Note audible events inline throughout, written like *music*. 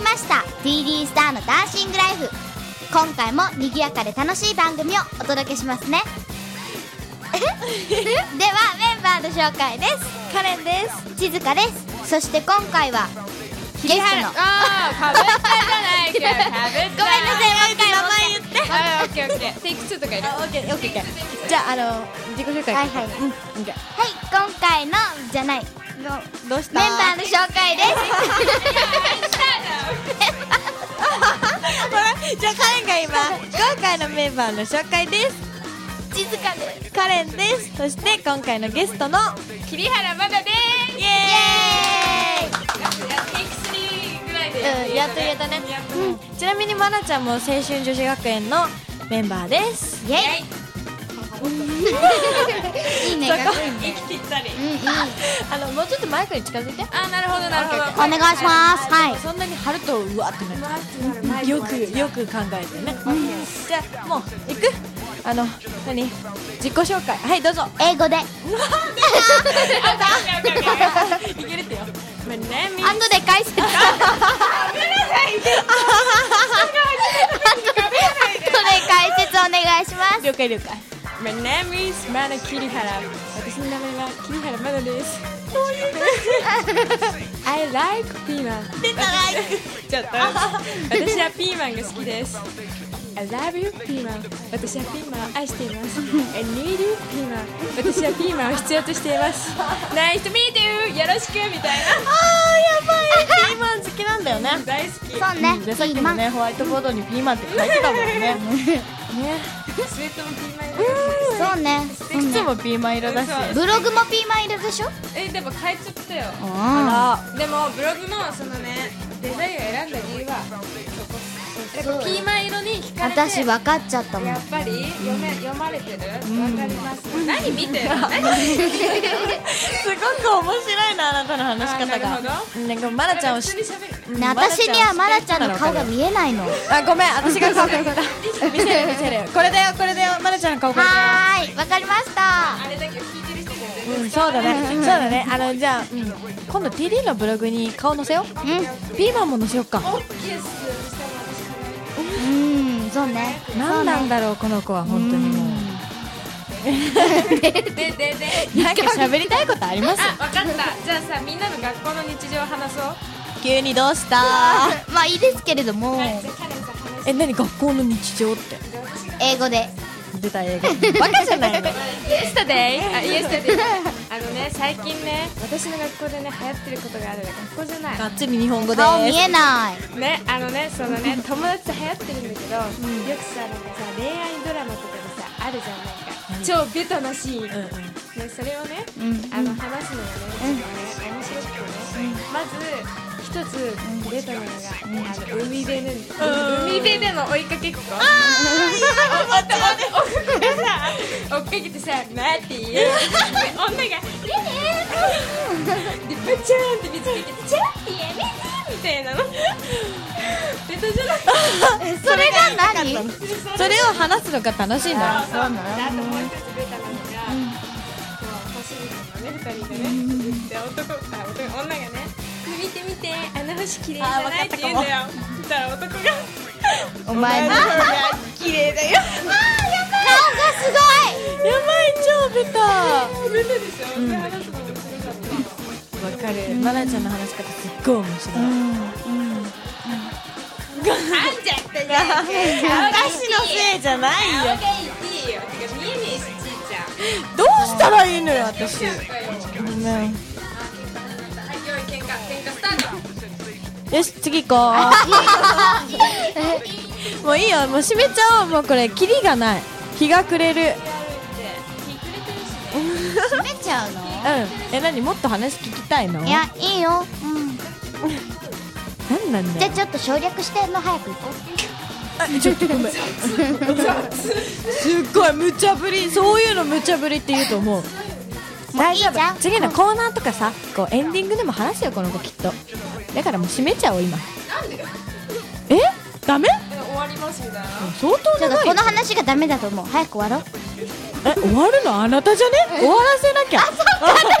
TD スターのダンシングライフ今回も賑やかで楽しい番組をお届けします *laughs* ねではメンバーの紹介ですカレンです静香ですそして今回はゲストのああかぶったじゃないかかぶごめんなったさいもう一回もう一回名前言ってあーオッケーオッケーテイク2とかいるあ、オッケー、オッケー、オッケー。じゃあ、あの、自己紹介。はいはいうん、オッケー。はい、今回のじゃないメンどうした。バーの紹介です。の。じゃあ、カレンが今、今回のメンバーの紹介です。静かです。カレンです。そして、今回のゲストの。桐原まだですイエいやテイク3ぐらいでーイ。うん、やっと言えたね。やっとうん、ちなみに、まなちゃんも青春女子学園のメンバーです。イイエイエイ。いいね、そかっここいいね。息ぴったりうんうん。あの、もうちょっとマイクに近づいて。あーなるほどなるほどお願いします。はい。そんなに張ると、うわってなる。よく、よく考えてね。じゃあ、もう、行く。あの、何。自己紹介。はい、どうぞ。英語で。いけるってよ My name 後で返して。後で解説お願いします。了解、了解。 is My name is まだ桐原私の名前は桐原まだです *laughs* I like ピーマン出たら。ちょっと私はピーマンが好きです I love you ピーマン私はピーマンを愛しています I need you ピーマン私はピーマンを必要としています Nice to meet you よろしくみたいなピーマン好きなんだよね。大好きそうね。でさっきもねホワイトボードにピーマンって書いてたもんね。ね。スウェットもピーマンそうね。そう靴ねもピーマン色だし。そうブログもピーマン色でしょ。えでも変えちゃったようん。あでもブログのそのねデザインを選んだ理由はそこピーマン色に惹かれて私分かっちゃったもん。やっぱり読め読まれてるわかります何 *laughs* 見てるの何すごく面白いなあなたの話し方あなるほが。なんかマラちゃんを知普通に喋るうんね、マラ私ちゃんを知ってるにはマラちゃんの顔が見えないの。はあごめん私が顔が見せる *laughs* 見せるこれだよこれだよマラちゃんの顔これだよ。ーい、わかりました。あれだけ聞いてる人じゃ全然うんそうだねそうだねあのじゃあうん今度 TD のブログに顔載せよう。うピーマンも載せようか。オッケーっすしたも私かん、うん、そうね。何なんだろうこの子は本当にもらでで *laughs* でう。なんか喋りたいことあります？あわかったじゃあさみんなの学校の日常を話そう *laughs* 急にどうした？まあいいですけれども、じゃあカレンさん話してえ何学校の日常って英語で。出た映画バカじゃないの Yesterday あ Yesterday あのね最近ね私の学校でね流行ってることがあるの学校じゃないがっつり日本語で顔見すえない。ねあのねそのね友達と流行ってるんだけど、よくさなんかさ恋愛ドラマとかでさあるじゃんなんか超ベタなシーン、うんうんね、それをね、うんあの話すのがねちょっとね面白くてね、まず一つ出たのが、あの海辺で海辺での追いかけっこああ待って待って男がさ追っかけてさ「待ってよ」で女が「見て!」でバチャーン *laughs* って見つけて「ちゃってやめて!」みたいなのベタじゃない *laughs* それが何？うん。 *laughs* それを話すのが楽しいんだよそうなのあともう一つベタなのが、こう星見たのね二人でね、で男あ男女がね見て見てあの星綺麗じゃないって言うんだよそしたら男がお *laughs* 前のあ綺麗だよ顔がすごやばい超ベタわベタでしょ、それ話すの面白かったかるマナちゃんの話し方すっごい面白いあんじゃったじゃん私私のせいじゃない顔がいいよてか見えねえしちいちゃんどうしたらいいのよ私喧嘩よごめんはいよい喧嘩喧嘩スタートよし次行こうもういいよもう閉めちゃおうもうこれキリがない日が暮れい。る閉めちゃうの？うんえ何もっと話聞きたいのいやいいよ。うん。何なんじだゃあよちょっと省略しての早く行こちょっとごめんすっごい無茶ぶりそういうの無茶ぶりって言うと思うう。大丈夫。次のコーナーとかさこうエンディングでも話すよこの子きっとだからもう閉めちゃおう今えダメえ終わりますみたいな相当ちょっと長いこの話がダメだと思う。早く終 *laughs* わろう。え終わるのあなたじゃね終わらせなき *laughs* ゃやめてや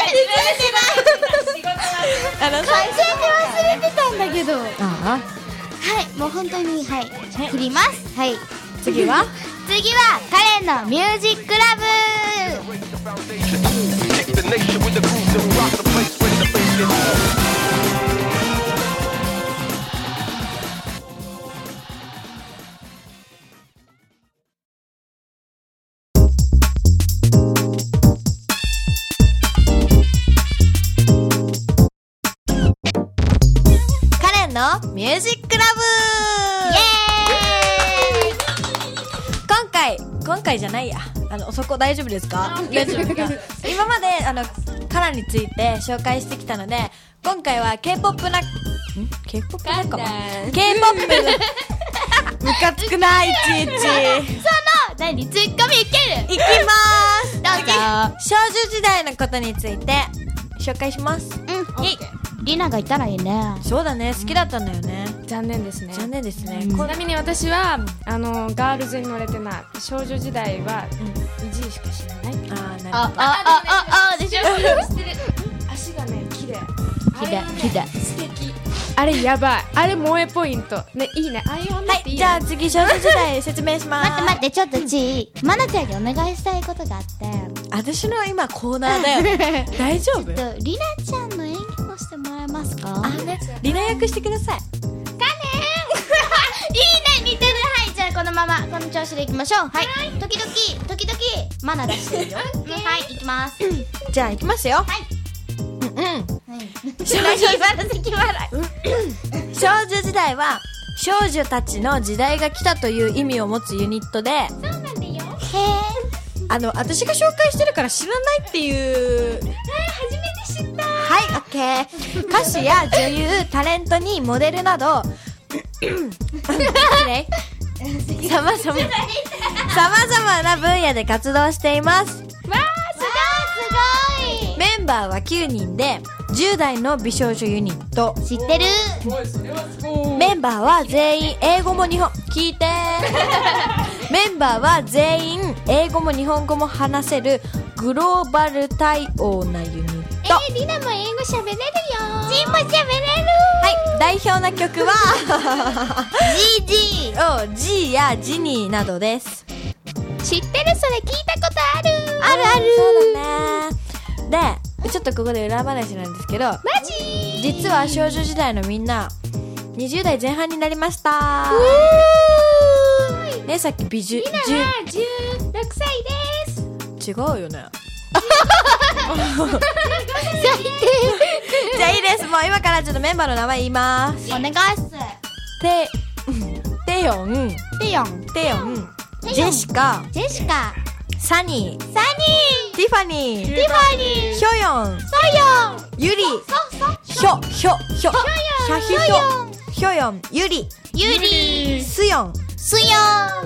めて仕事なんてあの完成します。忘れてたんだけどはいあもう本当にはい切りますはいあ次は *laughs* 次はカレンのミュージックラブ Kick the nation with the groove that will rock the place with the bass get on. カレンのミュージックラブイエーイ今回今回じゃないやあのそこ大丈夫ですか大丈夫か今まであのカラについて紹介してきたので今回は K-POP な K-POP なかも K-POP ムカつくないちいちその何ツッコミいけるいきますどう少女時代のことについて紹介しますぞうんリナがいたらいいねそうだね好きだったんだよね残念ですね残念ですねちなみに私はあのガールズに乗れてない少女時代は1位しか知らないあーなるあああああでしょ足がね綺麗綺麗綺麗あれやばいあれ萌えポイントねいいねああいう女はっていいいじねゃあ次少女時代説明しま *laughs* す待って待ってちょっとちいまなちゃんにお願いしたいことがあって私の今コーナーだよ *laughs* 大丈夫ちょっとリナちゃんの演技もしてもらえますかあねリナ役してくださいカレン *laughs* いいね似てるはいじゃあこのままこの調子でいきましょうはい時々時々マナ出して *laughs* るようんはい行きますはいじゃあ行きますようんうん決まらず決まらず少女時代は少女たちの時代が来たという意味を持つユニットでそうなんだよへえあの私が紹介してるから知らないっていう初めて知ったはい、オッケー。歌手や女優、タレントにモデルなど、 *laughs* さまざま、さまざまな分野で活動しています。すごいすごいメンバーは9人で、10代の美少女ユニット。知ってるメンバーは全員英語も日本、聞 *laughs* いてメンバーは全員英語も日本語も話せるグローバル対応なユニット。えー、リナも英語喋れるよジンも喋れるはい、代表な曲は、 *laughs* はいジージを G やジニーなどです。ー知ってるそれ聞いたことあるあるあるそうだねでちょっとここで裏話なんですけどマジ実は少女時代のみんな20代前半になりましたねさっき美術16歳です違うよね最じゃあいいですもう今からちょっとメンバーの名前言います低お願いっすテテヨンピヨンテテヨンヨンジェシカジェシカサニーサニーティファニーティファニーヒョヨンソヨンユリソソヒョヒョヒョヒョヨンヒャヒョヒョヨンユリユリスヨンスヨ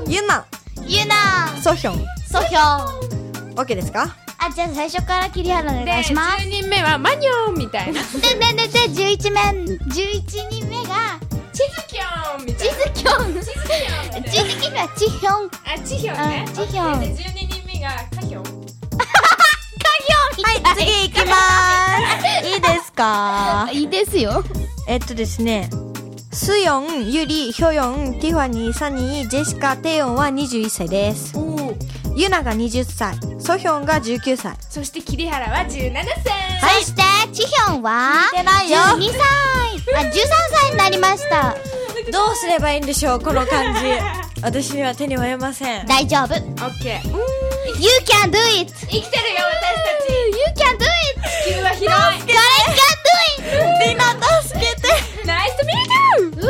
ンユナユナソヒョンソヒョンオッケーですかあじゃあ最初から桐原おで願いします10人目はマニョンみたいなでででで十一面十一人目がちキョンみたちいずきょんちずなき目はちひょんかあチヒョンねあチヒョンで12人目がカヒョぎょンんみはいたい、次行き *laughs* ます。いいですかいいですよえっとですね。スヨン、ユリ、ヒョヨン、ティファニー、サニー、ジェシカ、テヨンは21歳です。ユナが20歳、ソヒョンが19歳。そして桐原は17歳そしてちひょんは似てないよ12歳あ十三歳になりましたどうすればいいんでしょう、この *laughs* 感じ。私には手に負えません。大丈夫オッケー You can do it 生きてるよ私たち You can do it 地球は広い誰 can do it みんな助けてナイスミーうんなん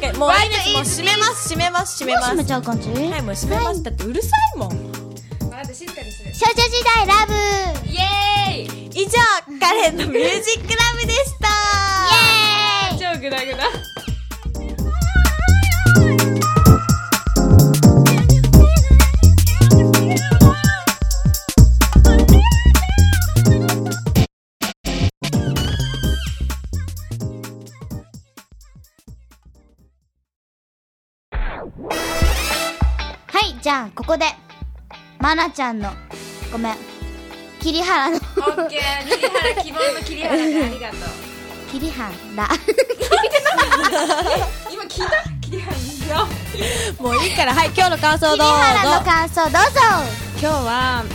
ですかもういいです。もう閉めます、閉めます、閉めもう閉ます。めちゃう感じ少女はい、もう閉めます。だってうるさいもん。トまだ静かにする時代ラブイエーイ以上、カレンのミュージックラブでした。イエーイ超グダグダはいじゃあここでまなちゃんのごめん桐原のオッケー桐原希望の桐原がありがとうキリハンだ今聞いた聞いたよもういいからはい今日の感想どう桐ぞ原の感想どうぞ今日は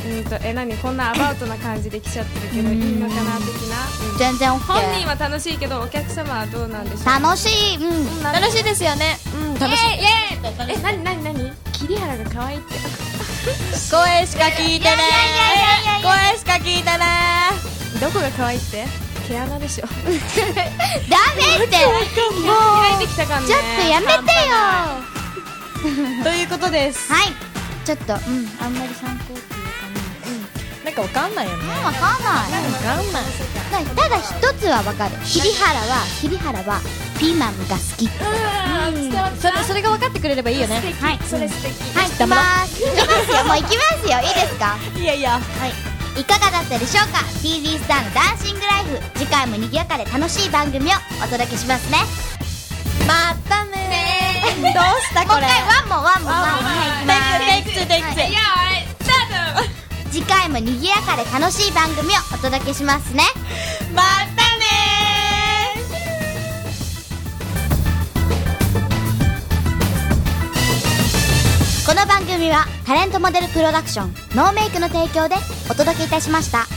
うんとえ何こんなアバウトな感じで来ちゃってるけどいいのかな的な、うん全然 OK 本人は楽しいけどお客様はどうなんでしょう楽しいうん楽しいですよねうん楽しいイエーイえなになになに桐原が可愛いって声しか聞いいやいやいやいてねやいや声しか聞いてねどこが可愛いって毛穴でしょダメって *laughs* 開いてきた感ねちょっとやめてよは *laughs* ということですいちょっとうんあんまり参考っていうかなんかわかんないよねなわかんないわかんないだただ一つはわかる桐原は桐原はピーマンが好きあー伝わったそれそれが分かってくれればいいよねはいそれ素敵はい行きます行きますよもう行きますよいいですかいやいやいかがだったでしょうか TV スターのダンシングライフ次回も賑やかで楽しい番組をお届けしますねまたね *laughs* ーどうしたもう一こ回ワれンもワンもワンもはい行きますテイクツーテイクツーテイクツーいやあれスタート次回も賑やかで楽しい番組をお届けしますねまたねーこの番組はタレントモデルプロダクションノーメイクの提供でお届けいたしました